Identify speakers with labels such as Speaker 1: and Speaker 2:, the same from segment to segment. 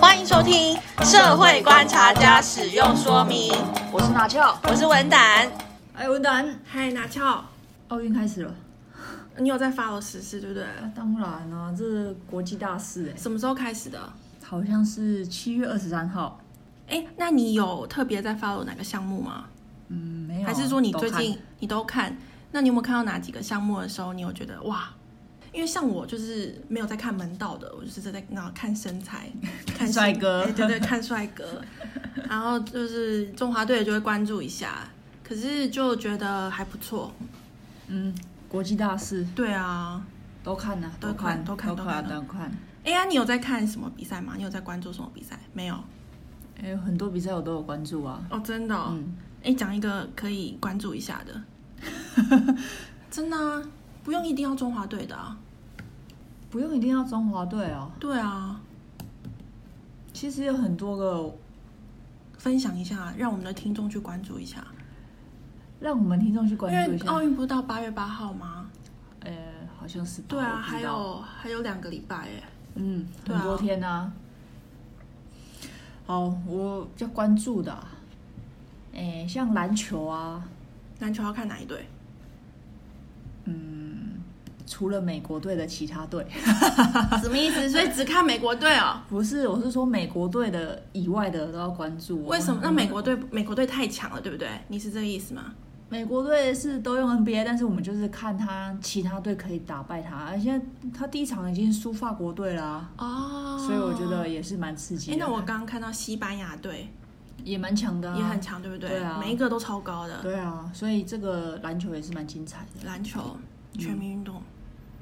Speaker 1: 欢迎收听《社会观察家使用说明》，
Speaker 2: 我是拿翘，
Speaker 1: 我是文胆。
Speaker 2: 哎，文丹，
Speaker 3: 嗨，拿翘，
Speaker 2: 奥运开始了。
Speaker 3: 你有在 follow 时事对不对？
Speaker 2: 啊、当然啦、这是国际大事哎、
Speaker 3: 什么时候开始的？
Speaker 2: 好像是七月二十三号。
Speaker 3: 哎，那你有特别在 follow 哪个项目吗？
Speaker 2: 嗯，没有啊。
Speaker 3: 还是说你
Speaker 2: 都
Speaker 3: 最
Speaker 2: 看
Speaker 3: 近你都看？那你有没有看到哪几个项目的时候，你有觉得哇？因为像我就是没有在看门道的，我就是在那看身 材、看
Speaker 2: 帅哥
Speaker 3: 身 对对对，看帅哥。然后就是中华队就会关注一下，可是就觉得还不错。
Speaker 2: 嗯国际大事
Speaker 3: 对啊，
Speaker 2: 都看呐、
Speaker 3: 都
Speaker 2: 看
Speaker 3: 看都看
Speaker 2: 都
Speaker 3: 都看
Speaker 2: 都看。
Speaker 3: 哎呀，你有在看什么比赛吗？你有在关注什么比赛？没有
Speaker 2: 哎、有很多比赛我都有关注啊。
Speaker 3: 哦，真的、哦。
Speaker 2: 嗯，
Speaker 3: 哎，讲一个可以关注一下 的，真的啊，不用一定要中华队的啊。
Speaker 2: 不用一定要中华队哦，
Speaker 3: 对啊，
Speaker 2: 其实有很多个
Speaker 3: 分享一下，让我们的听众去关注一下。
Speaker 2: 让我们听众去关
Speaker 3: 因
Speaker 2: 注
Speaker 3: 为
Speaker 2: 一下。
Speaker 3: 奥运不是到八月八号吗？
Speaker 2: 呃、好像是吧
Speaker 3: 对啊，
Speaker 2: 我不知
Speaker 3: 还
Speaker 2: 道
Speaker 3: 有还有两个礼拜哎。
Speaker 2: 嗯，
Speaker 3: 对
Speaker 2: 很
Speaker 3: 啊
Speaker 2: 多天啊。好，我比较关注的、啊，诶、像篮球啊，
Speaker 3: 篮球要看哪一队？
Speaker 2: 嗯，除了美国队的其他队，
Speaker 3: 什么意思？ 所以只看美国队哦？
Speaker 2: 不是，我是说美国队的以外的都要关注、哦。
Speaker 3: 为什么？那美国队美国队太强了，对不对？你是这个意思吗？
Speaker 2: 美国队是都用 NBA，但是我们就是看他其他队可以打败他，而且他第一场已经输法国队啦、
Speaker 3: 哦
Speaker 2: 所以我觉得也是蛮刺激
Speaker 3: 哎
Speaker 2: 的。，
Speaker 3: 那我刚刚看到西班牙队
Speaker 2: 也蛮强的、啊，
Speaker 3: 也很。强，对不对？
Speaker 2: 对啊
Speaker 3: 每一个都超高的。
Speaker 2: 对啊，所以这个篮球也是蛮精彩的。
Speaker 3: 篮球全民运动。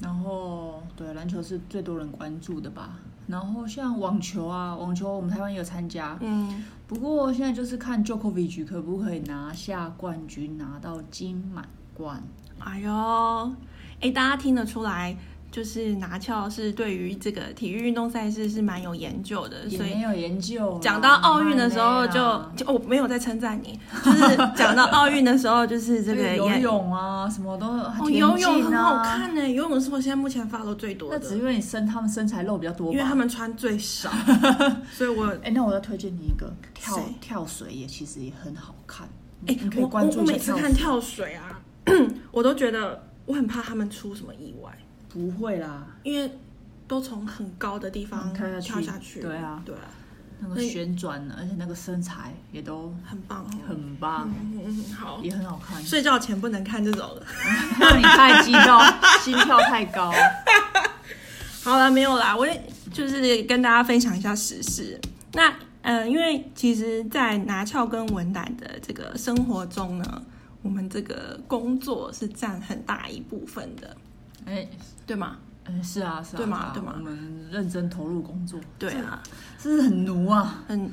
Speaker 2: 然后对篮球是最多人关注的吧。然后像网球啊，网球我们台湾也有参加，
Speaker 3: 嗯，
Speaker 2: 不过现在就是看 Djokovic 可不可以拿下冠军，拿到金满贯。
Speaker 3: 哎呦，哎，大家听得出来，就是拿翘是对于这个体育运动赛事是蛮有研究的，
Speaker 2: 也
Speaker 3: 所
Speaker 2: 没
Speaker 3: 以。
Speaker 2: 有研啊究啦。哎
Speaker 3: 讲到奥运的时候就，就我没有在称赞你， 就是讲到奥运的时候，就是这
Speaker 2: 这
Speaker 3: 个
Speaker 2: 个游
Speaker 3: 也
Speaker 2: 泳啊，什么都、
Speaker 3: 哦，
Speaker 2: 田
Speaker 3: 游泳
Speaker 2: 径
Speaker 3: 很
Speaker 2: 啊
Speaker 3: 好。看呢、欸游泳是我现在目前发的最多
Speaker 2: 那
Speaker 3: 的，
Speaker 2: 只因为你身他们身材肉比较多吧？
Speaker 3: 因为他们穿最 少，所以我
Speaker 2: 哎、那我要推荐你一个跳
Speaker 3: 谁
Speaker 2: 跳水也其实也很好看。
Speaker 3: 哎、
Speaker 2: 你可以
Speaker 3: 我
Speaker 2: 关
Speaker 3: 我
Speaker 2: 注
Speaker 3: 我
Speaker 2: 一下
Speaker 3: 每次
Speaker 2: 跳
Speaker 3: 看
Speaker 2: 水
Speaker 3: 跳水啊， 我都觉得我很怕他们出什么意外。
Speaker 2: 不会啦，
Speaker 3: 因为都从很高的地方
Speaker 2: 嗯跳下去
Speaker 3: 跳下去，
Speaker 2: 对啊
Speaker 3: 对啊，
Speaker 2: 那个
Speaker 3: 所以
Speaker 2: 旋转，而且那个身材也都
Speaker 3: 很棒，哦
Speaker 2: 很棒，
Speaker 3: 嗯嗯，好。
Speaker 2: 也很好看。
Speaker 3: 睡觉前不能看这种。
Speaker 2: 让你太激动，心跳太高。
Speaker 3: 好了，没有啦，我也就是跟大家分享一下时事。那呃，因为其实，在拿翘跟文胆的这个生活中呢，我们这个工作是占很大一部分的，
Speaker 2: 哎、
Speaker 3: 对吗？
Speaker 2: 嗯，是啊，是啊，
Speaker 3: 对嘛
Speaker 2: 是啊
Speaker 3: 对嘛
Speaker 2: 我们认真投入工作，
Speaker 3: 对啊，
Speaker 2: 这是很奴啊，
Speaker 3: 很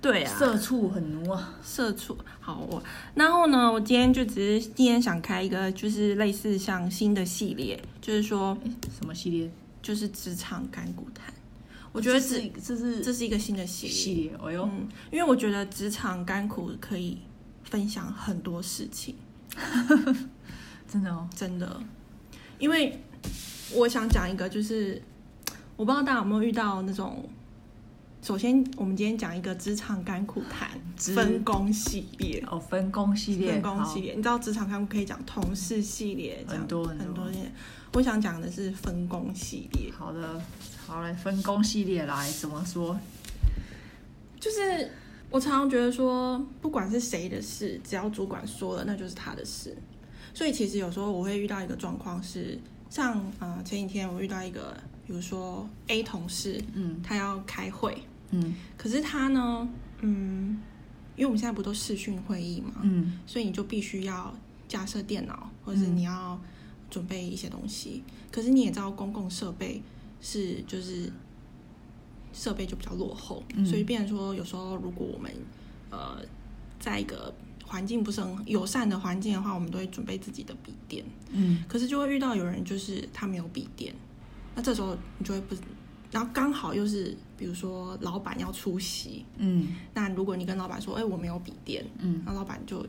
Speaker 3: 对啊，
Speaker 2: 社畜很奴啊。
Speaker 3: 社畜。好，我然后呢，我今天就只是今天想开一个，就是类似像新的系列，就是说
Speaker 2: 哎、什么系列？
Speaker 3: 就是职场干股谈。我觉得
Speaker 2: 这是
Speaker 3: 这
Speaker 2: 这是
Speaker 3: 这是一个新的系
Speaker 2: 系
Speaker 3: 列，
Speaker 2: 列，哎呦，
Speaker 3: 嗯，因为我觉得职场干苦可以分享很多事情，
Speaker 2: 真的哦，
Speaker 3: 真的。因为我想讲一个，就是我不知道大家有没有遇到那种。首先，我们今天讲一个职场干苦谈
Speaker 2: 职
Speaker 3: 分工系列。
Speaker 2: 哦，分工系列，
Speaker 3: 分工系
Speaker 2: 列，
Speaker 3: 列，你知道职场干部可以讲同事系列，这样
Speaker 2: 很多很
Speaker 3: 很
Speaker 2: 多
Speaker 3: 多系列。我想讲的是分工系列，
Speaker 2: 好的，好来分工系列来怎么说？
Speaker 3: 就是我常常觉得说，不管是谁的事，只要主管说了，那就是他的事。所以其实有时候我会遇到一个状况是，像呃前几天我遇到一个，比如说 A 同事，
Speaker 2: 嗯
Speaker 3: 他要开会，
Speaker 2: 嗯
Speaker 3: 可是他呢，嗯，因为我们现在不都视讯会议嘛，
Speaker 2: 嗯
Speaker 3: 所以你就必须要架设电脑，或者是你要准备一些东西。可是你也知道，公共设备是就是设备就比较落后，
Speaker 2: 嗯
Speaker 3: 所以变成说有时候如果我们呃在一个环境不是很友善的环境的话，我们都会准备自己的笔电。
Speaker 2: 嗯，
Speaker 3: 可是就会遇到有人就是他没有笔电，那这时候你就会不，然后刚好又是比如说老板要出席，
Speaker 2: 嗯
Speaker 3: 那如果你跟老板说，哎、我没有笔电，
Speaker 2: 嗯，
Speaker 3: 那老板就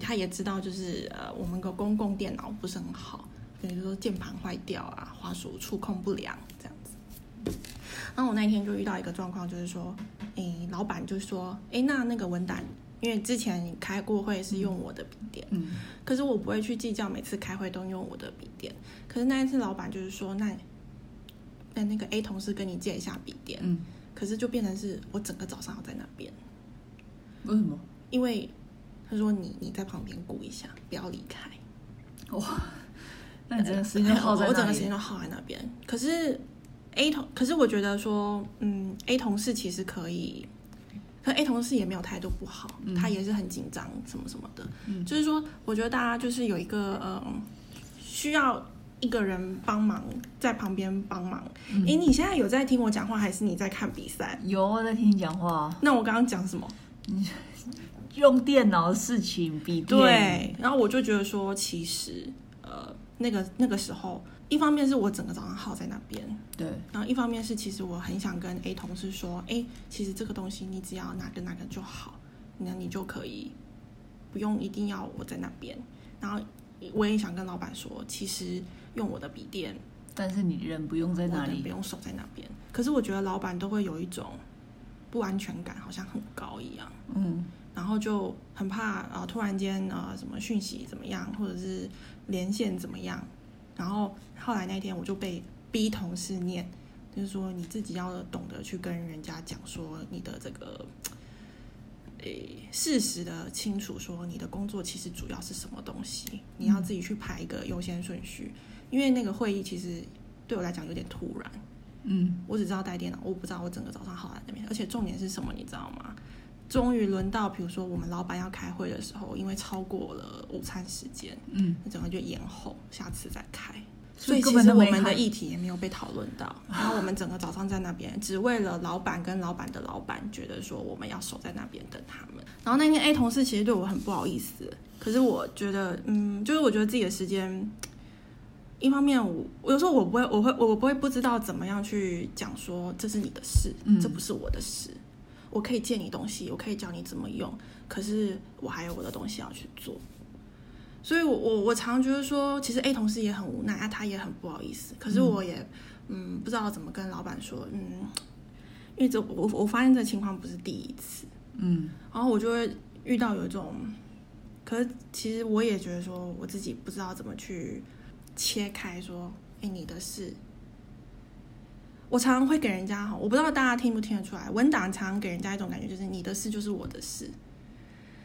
Speaker 3: 他也知道就是呃，我们的公共电脑不是很好，比如说键盘坏掉啊，滑鼠触控不良这样子。然后我那一天就遇到一个状况，就是说，诶，老板就说，诶，那那个文档，因为之前开过会是用我的笔电，
Speaker 2: 嗯，
Speaker 3: 可是我不会去计较每次开会都用我的笔电。可是那一次老板就是说，那那那个 A 同事跟你借一下笔电，
Speaker 2: 嗯，
Speaker 3: 可是就变成是我整个早上要在那边，
Speaker 2: 为什么？
Speaker 3: 因为他说你你在旁边顾一下，不要离开。哎
Speaker 2: 那你真的时间耗
Speaker 3: 哦
Speaker 2: 在
Speaker 3: 呃我整
Speaker 2: 那
Speaker 3: 个时间
Speaker 2: 里，
Speaker 3: 都耗在那边。可是 A 同，可是我觉得说，嗯，A 同事其实可以，可 A 同事也没有态度不好，
Speaker 2: 嗯
Speaker 3: 他也是很紧张什么什么的。
Speaker 2: 嗯
Speaker 3: 就是说，我觉得大家就是有一个嗯，需要一个人帮忙在旁边帮忙。诶，
Speaker 2: 嗯
Speaker 3: 你现在有在听我讲话，还是你在看比赛？
Speaker 2: 有我在听你讲话，
Speaker 3: 那我刚刚讲什么？
Speaker 2: 用电脑的事情比电，
Speaker 3: 对，然后我就觉得说，其实呃，那个那个时候，一方面是我整个早上耗在那边，
Speaker 2: 对，
Speaker 3: 然后一方面是，其实我很想跟 A 同事说，哎，其实这个东西你只要哪个哪个就好，那你就可以不用一定要我在那边。然后我也想跟老板说，其实用我的笔电，
Speaker 2: 但是你人不用在
Speaker 3: 我
Speaker 2: 那
Speaker 3: 的不
Speaker 2: 里，
Speaker 3: 用守在那边。可是我觉得老板都会有一种不安全感，好像很高一样。
Speaker 2: 嗯，
Speaker 3: 然后就很怕啊、呃突然间呃什么讯息怎么样，或者是连线怎么样。然后后来那天我就被逼同事念，就是说你自己要懂得去跟人家讲说你的这个，诶，事实的清楚说你的工作其实主要是什么东西，你要自己去排一个优先顺序。因为那个会议其实对我来讲有点突然，
Speaker 2: 嗯，
Speaker 3: 我只知道带电脑，我不知道我整个早上耗在那边。而且重点是什么，你知道吗？终于轮到，比如说我们老板要开会的时候，因为超过了午餐时间，
Speaker 2: 嗯，
Speaker 3: 那整个就延后，下次再开。所
Speaker 2: 所
Speaker 3: 以
Speaker 2: 以
Speaker 3: 其
Speaker 2: 根本
Speaker 3: 实
Speaker 2: 都
Speaker 3: 我
Speaker 2: 没
Speaker 3: 们的
Speaker 2: 看
Speaker 3: 议题也没有被讨论 到，然后我们整个早上在那边，只为了老板跟老板的老板觉得说我们要守在那边等他们。然后那天 A 同事其实对我很不好意思，可是我觉得，嗯，就是我觉得自己的时间，一方面我我有时候我不会，我会我不会不知道怎么样去讲说这是你的事，
Speaker 2: 嗯
Speaker 3: 这不是我的事。我可以借你东西，我可以教你怎么用，可是我还有我的东西要去做。所以我，我我常常觉得说，其实 A 同事也很无奈啊，他也很不好意思。可是我也，嗯，不知道怎么跟老板说，嗯，因为这我我发现这情况不是第一次，
Speaker 2: 嗯，
Speaker 3: 然后我就会遇到有一种，可是其实我也觉得说，我自己不知道怎么去切开说，哎，你的事。我常常会给人家哈，我不知道大家听不听得出来，文档常常给人家一种感觉，就是你的事就是我的事。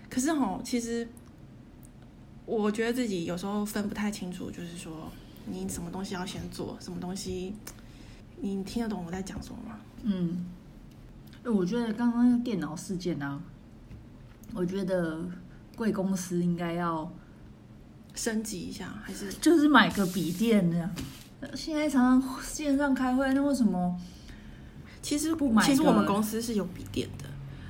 Speaker 3: 可是哈，其实我觉得自己有时候分不太清楚，就是说你什么东西要先做，什么东西，你听得懂我在讲什么吗？
Speaker 2: 嗯，哎我觉得刚刚那个电脑事件啊，我觉得贵公司应该要
Speaker 3: 升级一下还是
Speaker 2: 就是买个笔电的。现在常常线上开会，那为什么？
Speaker 3: 其实
Speaker 2: 不买
Speaker 3: 其实
Speaker 2: 个
Speaker 3: 我们公司是有笔电的，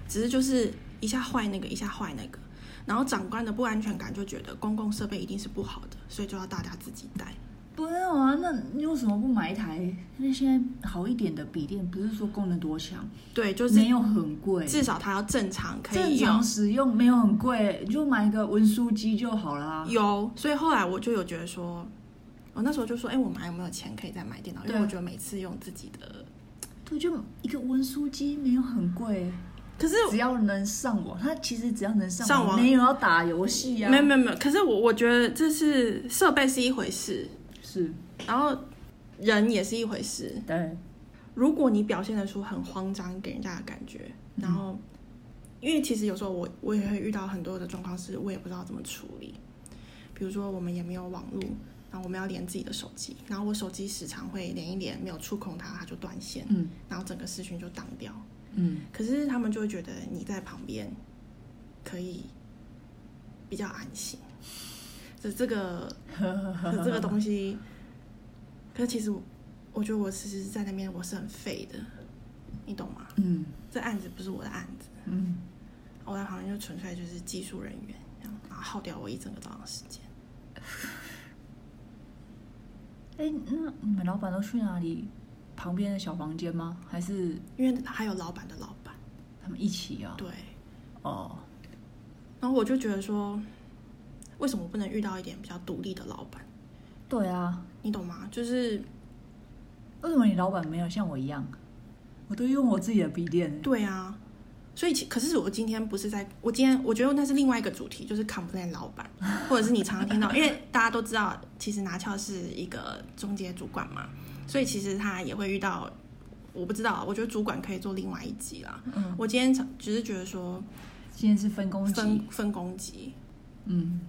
Speaker 3: 只是就是一下坏那个，一下坏那个，然后长官的不安全感就觉得公共设备一定是不好的，所以就要大家自己带。
Speaker 2: 不是啊，那你为什么不买一台？那现在好一点的笔电，不是说功能多强，
Speaker 3: 对，就是
Speaker 2: 没有很贵，
Speaker 3: 至少它要正常可
Speaker 2: 正
Speaker 3: 以用
Speaker 2: 常。使用没有很贵，你就买一个文书机就好啊啦。
Speaker 3: 有，所以后来我就有觉得说，我那时候就说，哎、我们还有没有钱可以再买电脑？因为
Speaker 2: 对
Speaker 3: 我觉得每次用自己的，
Speaker 2: 对，就一个文书机没有很贵，
Speaker 3: 可是
Speaker 2: 只要能上网，它其实只要能上
Speaker 3: 上网
Speaker 2: 没有要打游戏啊，
Speaker 3: 没有没有没有，可是我我觉得这是设备是一回事，
Speaker 2: 是，
Speaker 3: 然后人也是一回事。
Speaker 2: 对，
Speaker 3: 如果你表现得出很慌张给人家的感觉，然后，因为其实有时候我我也会遇到很多的状况，是我也不知道怎么处理。比如说我们也没有网络，然后我们要连自己的手机，然后我手机时常会连一连，没有触控它，它就断线，
Speaker 2: 嗯
Speaker 3: 然后整个视讯就挡掉。
Speaker 2: 嗯，
Speaker 3: 可是他们就会觉得你在旁边可以比较安心。这这个可这个东西，可是其实我我觉得我其实在那边我是很废的，你懂吗？
Speaker 2: 嗯
Speaker 3: 这案子不是我的案子，
Speaker 2: 嗯，
Speaker 3: 我在旁边就纯粹就是技术人员，这样然后耗掉我一整个早上的时间。
Speaker 2: 哎、那你们老板都去哪里？旁边的小房间吗？还是
Speaker 3: 因为还有老板的老板，
Speaker 2: 他们一起啊？
Speaker 3: 对，
Speaker 2: 哦，
Speaker 3: 然后我就觉得说，为什么不能遇到一点比较独立的老板？
Speaker 2: 对啊，
Speaker 3: 你懂吗？就是
Speaker 2: 为什么你老板没有像我一样？我都用我自己的笔电、欸。
Speaker 3: 对啊，所以其可是我今天不是在，我今天我觉得那是另外一个主题，就是 complain 老板，或者是你常常听到，因为大家都知道，其实拿翘是一个中介主管嘛，所以其实他也会遇到，我不知道，啊我觉得主管可以做另外一集啦。
Speaker 2: 嗯
Speaker 3: 我今天只是觉得说
Speaker 2: 今天是分工
Speaker 3: 分
Speaker 2: 级，
Speaker 3: 分攻击，
Speaker 2: 嗯，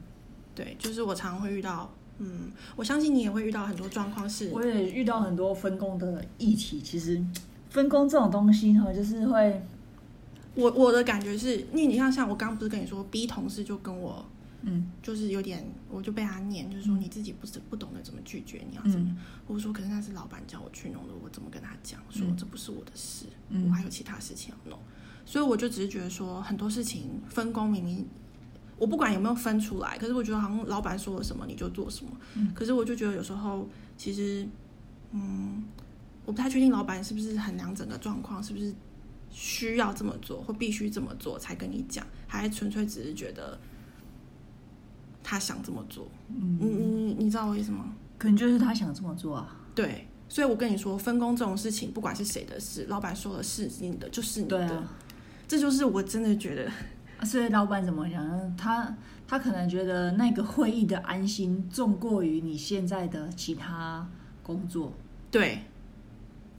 Speaker 3: 对，就是我常会遇到，嗯，我相信你也会遇到很多状况是，
Speaker 2: 我也遇到很多分工的议题。其实分工这种东西哈，就是会，
Speaker 3: 我我的感觉是，因为你像像我刚刚不是跟你说，B 同事就跟我
Speaker 2: 嗯
Speaker 3: 就是有点，我就被他念，就是说你自己不是不懂得怎么拒绝，你要怎么样？
Speaker 2: 嗯
Speaker 3: 我说可是那是老板叫我去弄的，我怎么跟他讲？说
Speaker 2: 嗯
Speaker 3: 这不是我的事，我还
Speaker 2: 嗯
Speaker 3: 有其他事情要弄，所以我就只是觉得说很多事情分工明明。我不管有没有分出来，可是我觉得好像老板说了什么你就做什么。
Speaker 2: 嗯
Speaker 3: 可是我就觉得有时候其实，嗯，我不太确定老板是不是衡量整个状况，是不是需要这么做或必须这么做才跟你讲，还纯粹只是觉得他想这么做。你
Speaker 2: 嗯，
Speaker 3: 你你知道我意思吗？
Speaker 2: 可能就是他想这么做啊。
Speaker 3: 对，所以我跟你说，分工这种事情，不管是谁的事，老板说的是你的就是你
Speaker 2: 对
Speaker 3: 的，
Speaker 2: 啊，
Speaker 3: 这就是我真的觉得，
Speaker 2: 所以老板怎么想？他他可能觉得那个会议的安心重过于你现在的其他工作。啊
Speaker 3: 对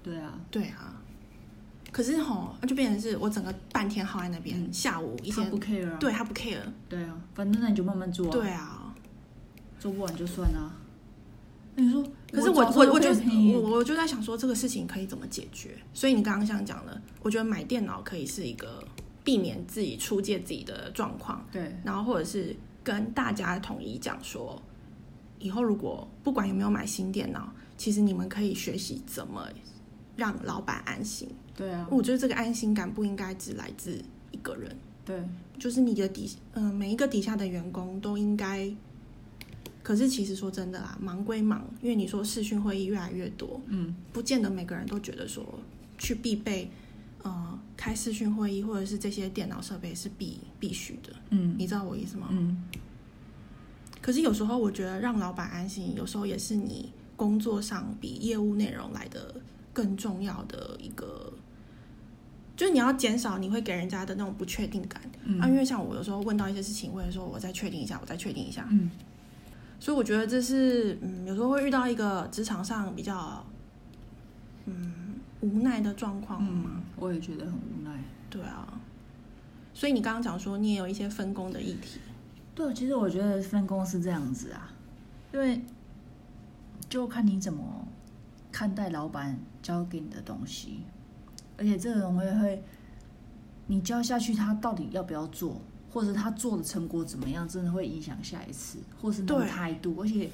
Speaker 2: 对啊，
Speaker 3: 对啊。可是吼，那就变成是我整个半天耗在那边，
Speaker 2: 嗯
Speaker 3: 下午一
Speaker 2: 他
Speaker 3: 些
Speaker 2: 不 care 啊。
Speaker 3: 对他不 care，
Speaker 2: 对啊，反正那你就慢慢做、啊。
Speaker 3: 对啊。
Speaker 2: 做不完就算啦、那你说，
Speaker 3: 可是我
Speaker 2: 早上
Speaker 3: 我我
Speaker 2: 被
Speaker 3: 就
Speaker 2: 骗
Speaker 3: 我我就在想说这个事情可以怎么解决，所以你刚刚想讲的，我觉得买电脑可以是一个避免自己出借自己的状况，
Speaker 2: 对，
Speaker 3: 然后或者是跟大家统一讲说，以后如果不管有没有买新电脑，其实你们可以学习怎么让老板安心。
Speaker 2: 对啊，
Speaker 3: 我觉得这个安心感不应该只来自一个人，
Speaker 2: 对，
Speaker 3: 就是你的底，嗯、每一个底下的员工都应该。可是其实说真的啦，忙归忙，因为你说视讯会议越来越多，
Speaker 2: 嗯，
Speaker 3: 不见得每个人都觉得说去必备，呃，开视讯会议或者是这些电脑设备是必必须的。
Speaker 2: 嗯，
Speaker 3: 你知道我意思吗？
Speaker 2: 嗯，
Speaker 3: 可是有时候我觉得让老板安心，有时候也是你工作上比业务内容来的更重要的一个，就是你要减少你会给人家的那种不确定感。
Speaker 2: 嗯
Speaker 3: 啊，因为像我有时候问到一些事情，我也说我再确定一下，我再确定一下。
Speaker 2: 嗯，
Speaker 3: 所以我觉得这是嗯，有时候会遇到一个职场上比较嗯无奈的状况嘛。
Speaker 2: 嗯，我也觉得很无奈。
Speaker 3: 对啊，所以你刚刚讲说你也有一些分工的议题。
Speaker 2: 对，其实我觉得分工是这样子啊，因为就看你怎么看待老板交给你的东西，而且这个东西会，你交下去他到底要不要做，或者他做的成果怎么样，真的会影响下一次，或是那个
Speaker 3: 对
Speaker 2: 态度，而且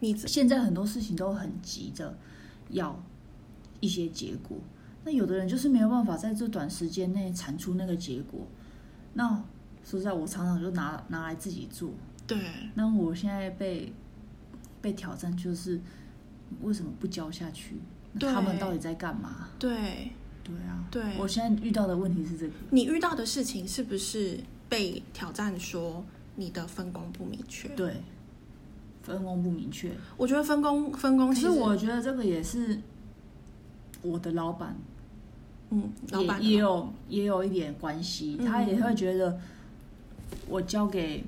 Speaker 3: 你只
Speaker 2: 现在很多事情都很急着要一些结果，那有的人就是没有办法在这短时间内产出那个结果。那说实在，我常常就拿拿来自己做。
Speaker 3: 对
Speaker 2: 那我现在被被挑战就是为什么不交下去？那他们
Speaker 3: 对
Speaker 2: 到底在干嘛？
Speaker 3: 对
Speaker 2: 对啊，
Speaker 3: 对，
Speaker 2: 我现在遇到的问题是这个。
Speaker 3: 你遇到的事情是不是被挑战说你的分工不明确？
Speaker 2: 对，分工不明确。
Speaker 3: 我觉得分工分工
Speaker 2: 可
Speaker 3: 其
Speaker 2: 是
Speaker 3: 实
Speaker 2: 我觉得这个也是我的老板
Speaker 3: 嗯，老板
Speaker 2: 也也有也有一点关系，
Speaker 3: 嗯
Speaker 2: 他也会觉得我交给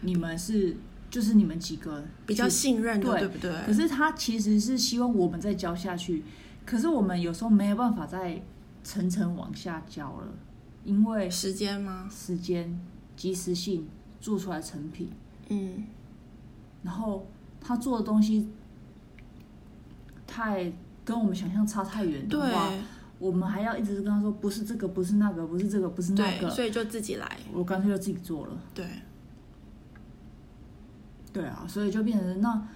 Speaker 2: 你们是就是你们几个
Speaker 3: 比较
Speaker 2: 去
Speaker 3: 信任的，
Speaker 2: 对
Speaker 3: 对不对？
Speaker 2: 可是他其实是希望我们再交下去，可是我们有时候没有办法再层层往下交了，因为
Speaker 3: 时间吗？
Speaker 2: 时间、及时性做出来的成品，
Speaker 3: 嗯，
Speaker 2: 然后他做的东西太跟我们想象差太远的
Speaker 3: 对
Speaker 2: 话，我们还要一直跟他说不是这个，不是那个，不是这个，不是那
Speaker 3: 对，
Speaker 2: 个，
Speaker 3: 所以就自己来。
Speaker 2: 我干脆就自己做了。
Speaker 3: 对，
Speaker 2: 对啊，所以就变成那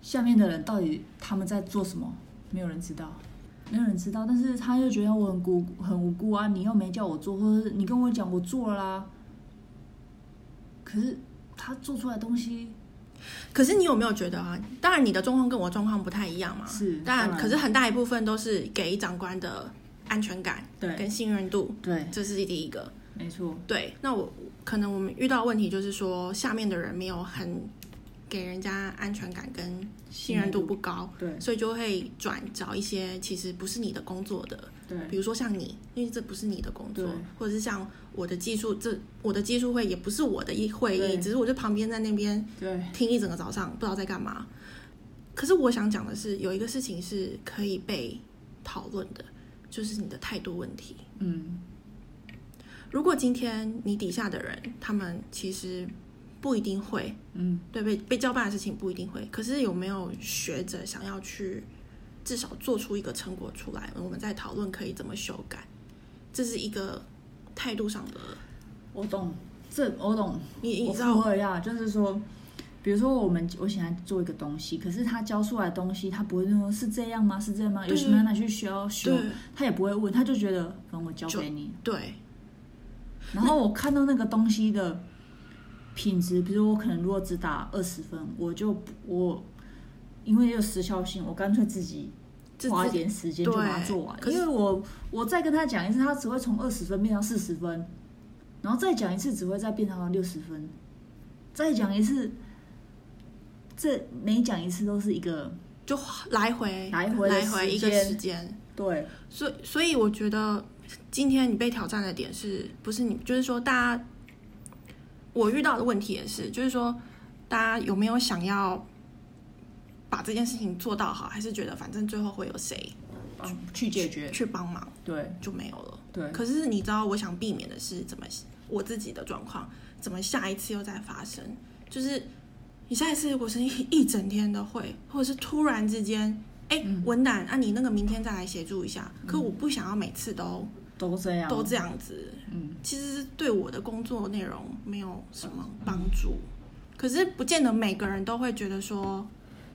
Speaker 2: 下面的人到底他们在做什么，没有人知道，没有人知道。但是他又觉得我很孤很无辜啊，你又没叫我做，或者是你跟我讲我做了啦，可是他做出来的东西
Speaker 3: 可是你有没有觉得啊？当然，你的状况跟我状况不太一样嘛。
Speaker 2: 是
Speaker 3: 当然，
Speaker 2: 当然
Speaker 3: 可是很大一部分都是给长官的安全感
Speaker 2: 对
Speaker 3: 跟信任度，
Speaker 2: 对
Speaker 3: 这是第一个。
Speaker 2: 没错，
Speaker 3: 对，那我可能我们遇到的问题就是说，下面的人没有很给人家安全感跟信任度不高，
Speaker 2: 对
Speaker 3: 所以就会转找一些其实不是你的工作的，比
Speaker 2: 对
Speaker 3: 如说像你，因为这不是你的工作
Speaker 2: 对，
Speaker 3: 或者是像我的技术，这我的技术会也不是我的一会议，
Speaker 2: 对
Speaker 3: 只是我就旁边在那边
Speaker 2: 对，
Speaker 3: 听一整个早上，不知道在干嘛。可是我想讲的是，有一个事情是可以被讨论的，就是你的态度问题。
Speaker 2: 嗯，
Speaker 3: 如果今天你底下的人，他们其实不一定会，
Speaker 2: 嗯，
Speaker 3: 对被被交办的事情不一定会，可是有没有学者想要去至少做出一个成果出来，我们再讨论可以怎么修改，这是一个态度上的，
Speaker 2: 我懂，这我懂，
Speaker 3: 你
Speaker 2: 我
Speaker 3: 你知
Speaker 2: 不
Speaker 3: 道，
Speaker 2: 会啊，就是说，比如说我们我想要做一个东西，可是他教出来的东西，他不会说是这样吗？是这样吗？有什么要拿去修修
Speaker 3: 对？
Speaker 2: 他也不会问，他就觉得反正我交给你。
Speaker 3: 对
Speaker 2: 然后我看到那个东西的品质，比如我可能如果只打二十分，我就不我因为有时效性，我干脆自己
Speaker 3: 自
Speaker 2: 花一
Speaker 3: 自
Speaker 2: 点时间就把它
Speaker 3: 对
Speaker 2: 做完。
Speaker 3: 可
Speaker 2: 因
Speaker 3: 是
Speaker 2: 为我我再跟他讲一次，他只会从二十分变到四十分，然后再讲一次，只会再变到六十分，再讲一次，这每讲一次都是一个
Speaker 3: 就来回
Speaker 2: 来回的
Speaker 3: 来回一个
Speaker 2: 时间
Speaker 3: 时间，
Speaker 2: 对
Speaker 3: 所以所以我觉得今天你被挑战的点是不是你就是说大家我遇到的问题也是，就是说大家有没有想要把这件事情做到好，还是觉得反正最后会有谁
Speaker 2: 帮去解决，
Speaker 3: 去帮忙
Speaker 2: 对
Speaker 3: 就没有了。
Speaker 2: 对
Speaker 3: 可是你知道我想避免的是怎么我自己的状况怎么下一次又再发生，就是你下一次如果是一一整天的会，或者是突然之间。哎，文胆，啊，你那个明天再来协助一下。可我不想要每次都
Speaker 2: 都这样，
Speaker 3: 都这样子，
Speaker 2: 嗯，
Speaker 3: 其实是对我的工作内容没有什么帮助。
Speaker 2: 嗯
Speaker 3: 可是不见得每个人都会觉得说，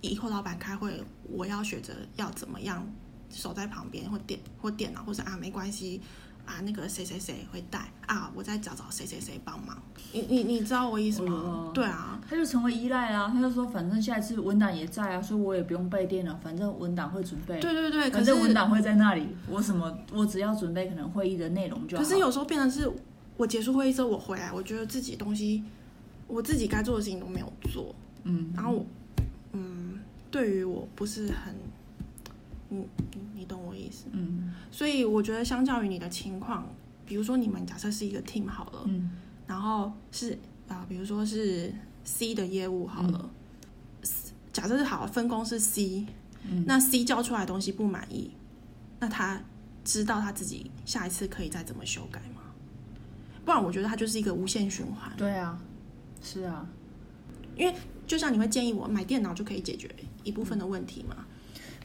Speaker 3: 以后老板开会，我要学着要怎么样守在旁边，或电或电脑，或者啊没关系啊，那个谁谁谁会带啊，我再找找谁谁谁帮忙。你你你知道我意思
Speaker 2: 我知
Speaker 3: 吗
Speaker 2: 道？
Speaker 3: 对啊，
Speaker 2: 他就成为依赖啊啦，他就说反正下一次文档也在啊，所以我也不用备电了，反正文档会准备，
Speaker 3: 对对对。可
Speaker 2: 反
Speaker 3: 是
Speaker 2: 正文档会在那里，我什么我只要准备可能会议的内容就好。
Speaker 3: 可是有时候变成是我结束会议之后我回来，我觉得自己东西我自己该做的事情都没有做，
Speaker 2: 嗯，
Speaker 3: 然后我，嗯，对于我不是很，你你你懂我意思，
Speaker 2: 嗯
Speaker 3: 所以我觉得相较于你的情况，比如说你们假设是一个 team 好了，
Speaker 2: 嗯
Speaker 3: 然后是啊、比如说是 C 的业务好了，假设是好分工是 C，、
Speaker 2: 嗯
Speaker 3: 那 C 交出来的东西不满意，那他知道他自己下一次可以再怎么修改吗？不然我觉得它就是一个无限循环，
Speaker 2: 对啊，是啊，
Speaker 3: 因为就像你会建议我买电脑就可以解决一部分的问题嘛，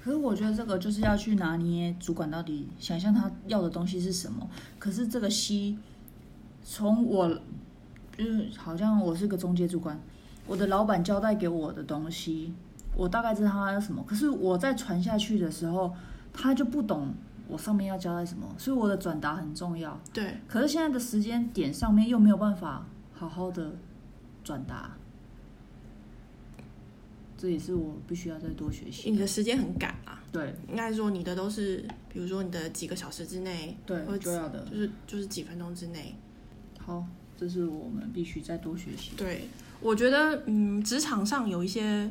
Speaker 2: 可是我觉得这个就是要去拿捏主管到底想象他要的东西是什么。可是这个 C，从我就是好像我是个中介主管，我的老板交代给我的东西，我大概知道他要什么。可是我在传下去的时候，他就不懂我上面要交代什么，所以我的转达很重要。
Speaker 3: 对，
Speaker 2: 可是现在的时间点上面又没有办法好好的转达，这也是我必须要再多学习。
Speaker 3: 你的时间很赶啊，
Speaker 2: 对
Speaker 3: 应该说你的都是，比如说你的几个小时之内，
Speaker 2: 对
Speaker 3: 我，
Speaker 2: 重要的。
Speaker 3: 就是就是几分钟之内。
Speaker 2: 好，这是我们必须再多学习。
Speaker 3: 对，我觉得嗯，职场上有一些，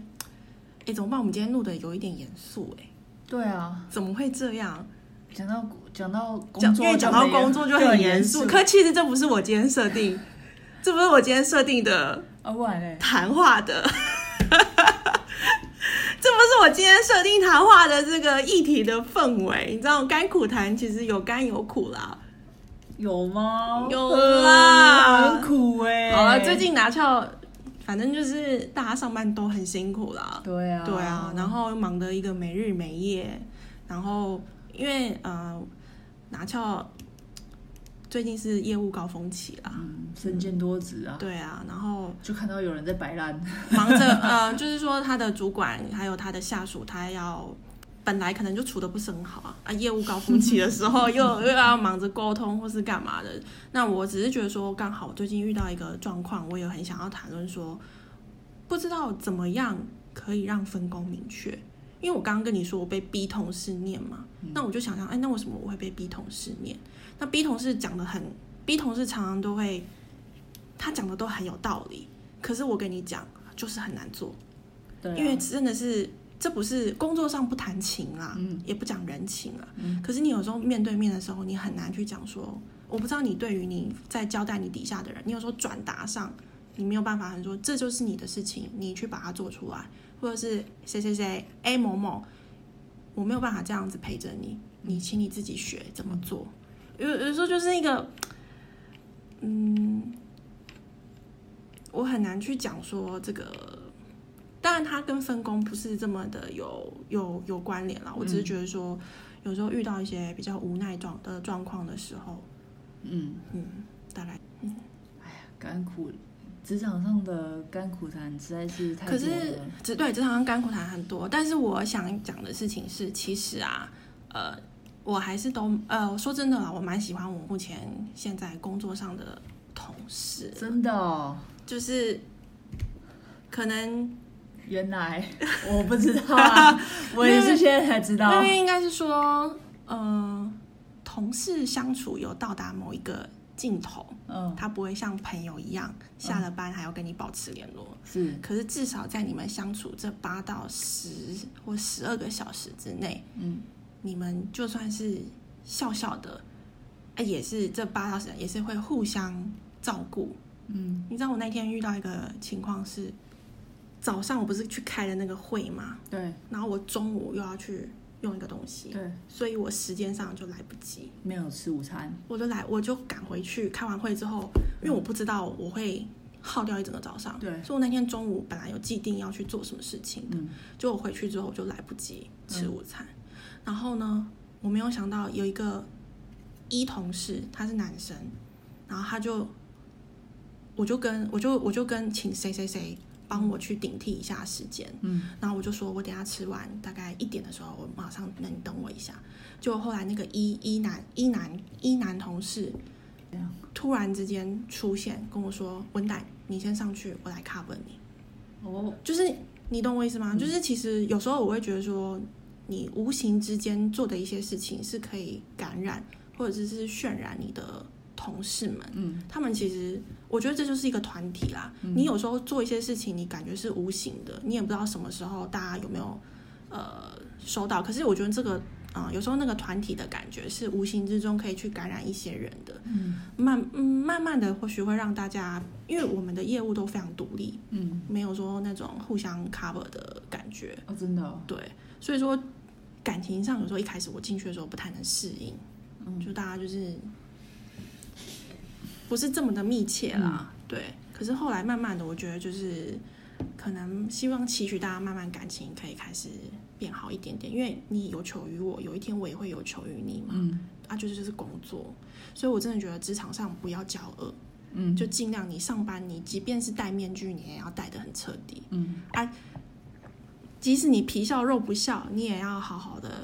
Speaker 3: 哎，怎么办？我们今天录的有一点严肃，哎，
Speaker 2: 对啊，
Speaker 3: 怎么会这样？
Speaker 2: 讲到讲到
Speaker 3: 讲
Speaker 2: 工
Speaker 3: 因
Speaker 2: 作，
Speaker 3: 为讲到工作就很严肃，
Speaker 2: 可
Speaker 3: 可其实这不是我今天设定， 这不是我今天设定的
Speaker 2: 啊不然嘞，
Speaker 3: 谈话的。 这不是我今天设定谈话的这个议题的氛围，你知道，甘苦谈其实有甘有苦啦。
Speaker 2: 有吗？呃
Speaker 3: 有啦
Speaker 2: 很苦哎、
Speaker 3: 好了，最近拿翘，反正就是大家上班都很辛苦啦。
Speaker 2: 对啊
Speaker 3: 对啊，然
Speaker 2: 后
Speaker 3: 后忙得一个没日没夜，然后因为呃拿翘最近是业务高峰期啦。
Speaker 2: 嗯，身兼多职啊，
Speaker 3: 对啊，然后
Speaker 2: 就看到有人在摆烂，
Speaker 3: 忙着 呃，就是说他的主管还有他的下属，他要本来可能就处的不是很好啊，啊，业务高峰期的时候又 又要忙着沟通或是干嘛的。那我只是觉得说，刚好我最近遇到一个状况，我也很想要谈论说，不知道怎么样可以让分工明确。因为我刚刚跟你说我被逼同事念嘛，那我就想想，哎，那为什么我会被逼同事念？那逼同事讲的很 B 同事常常都会，他讲的都很有道理，可是我跟你讲，就是很难做，
Speaker 2: 对啊、
Speaker 3: 因为真的是这不是工作上不谈情啊，
Speaker 2: 嗯
Speaker 3: 也不讲人情啊，
Speaker 2: 嗯
Speaker 3: 可是你有时候面对面的时候，你很难去讲说，我不知道你对于你在交代你底下的人，你有时候转达上。你没有办法很说，这就是你的事情，你去把它做出来，或者是谁谁谁 A 某某，我没有办法这样子陪着你，你请你自己学怎么做。有有时候就是一个，嗯，我很难去讲说这个。当然，它跟分工不是这么的有有有关联啦。我只是觉得说，有时候遇到一些比较无奈状的状况的时候，
Speaker 2: 嗯，
Speaker 3: 嗯，大概。
Speaker 2: 甘苦职场上的甘苦谈实在是太
Speaker 3: 可是
Speaker 2: 多了。
Speaker 3: 只对职场上甘苦谈很多，但是我想讲的事情是，其实啊，呃，我还是都呃，我说真的啦，我蛮喜欢我目前现在工作上的同事，
Speaker 2: 真的、哦，
Speaker 3: 就是可能
Speaker 2: 原来我不知道啊，我也是现在才知道
Speaker 3: 因。为应该是说，呃，同事相处有到达某一个尽头，
Speaker 2: 嗯，
Speaker 3: 他不会像朋友一样下了班还要跟你保持联络。
Speaker 2: 是，
Speaker 3: 可是至少在你们相处这八到十或十二个小时之内，
Speaker 2: 嗯，
Speaker 3: 你们就算是笑笑的，哎，也是这八到十也是会互相照顾。
Speaker 2: 嗯，
Speaker 3: 你知道我那天遇到一个情况是，早上我不是去开了那个会吗？
Speaker 2: 对
Speaker 3: 然后我中午又要去用一个东西，
Speaker 2: 对，
Speaker 3: 所以我时间上就来不及，
Speaker 2: 没有吃午餐，
Speaker 3: 我就来我就赶回去。开完会之后，因为我不知道我会耗掉一整个早上，
Speaker 2: 对
Speaker 3: 所以我那天中午本来有既定要去做什么事情的，
Speaker 2: 嗯
Speaker 3: 结果我回去之后我就来不及吃午餐。然后呢，我没有想到有一个一同事，他是男生，然后他就，我就跟我就我就跟请谁谁谁帮我去顶替一下时间。
Speaker 2: 嗯，
Speaker 3: 然后我就说，我等一下吃完大概一点的时候，我马上，那你等我一下。就后来那个一一男一男一男同事
Speaker 2: 这样，
Speaker 3: 突然之间出现，跟我说：“文胆，你先上去，我来 cover 你。
Speaker 2: 哦，”
Speaker 3: 就是你懂我意思吗？就是其实有时候我会觉得说，你无形之间做的一些事情是可以感染或者是渲染你的同事们。
Speaker 2: 嗯，
Speaker 3: 他们其实，我觉得这就是一个团体啦。你有时候做一些事情，你感觉是无形的，你也不知道什么时候大家有没有呃收到。可是我觉得这个啊、呃有时候那个团体的感觉是无形之中可以去感染一些人的。
Speaker 2: 嗯
Speaker 3: 慢嗯慢慢的，或许会让大家，因为我们的业务都非常独立，
Speaker 2: 嗯，
Speaker 3: 没有说那种互相 cover 的感觉。
Speaker 2: 哦，真的、哦，
Speaker 3: 对，所以说感情上有时候一开始我进去的时候不太能适应，
Speaker 2: 嗯
Speaker 3: 就大家就是不是这么的密切啦，
Speaker 2: 嗯
Speaker 3: 对。可是后来慢慢的，我觉得就是可能希望期许大家慢慢感情可以开始变好一点点，因为你有求于我，有一天我也会有求于你嘛，
Speaker 2: 嗯
Speaker 3: 啊，就是就是工作，所以我真的觉得职场上不要骄傲，
Speaker 2: 嗯，
Speaker 3: 就尽量你上班，你即便是戴面具，你也要戴得很彻底，啊
Speaker 2: 嗯
Speaker 3: 即使你皮笑肉不笑，你也要好好的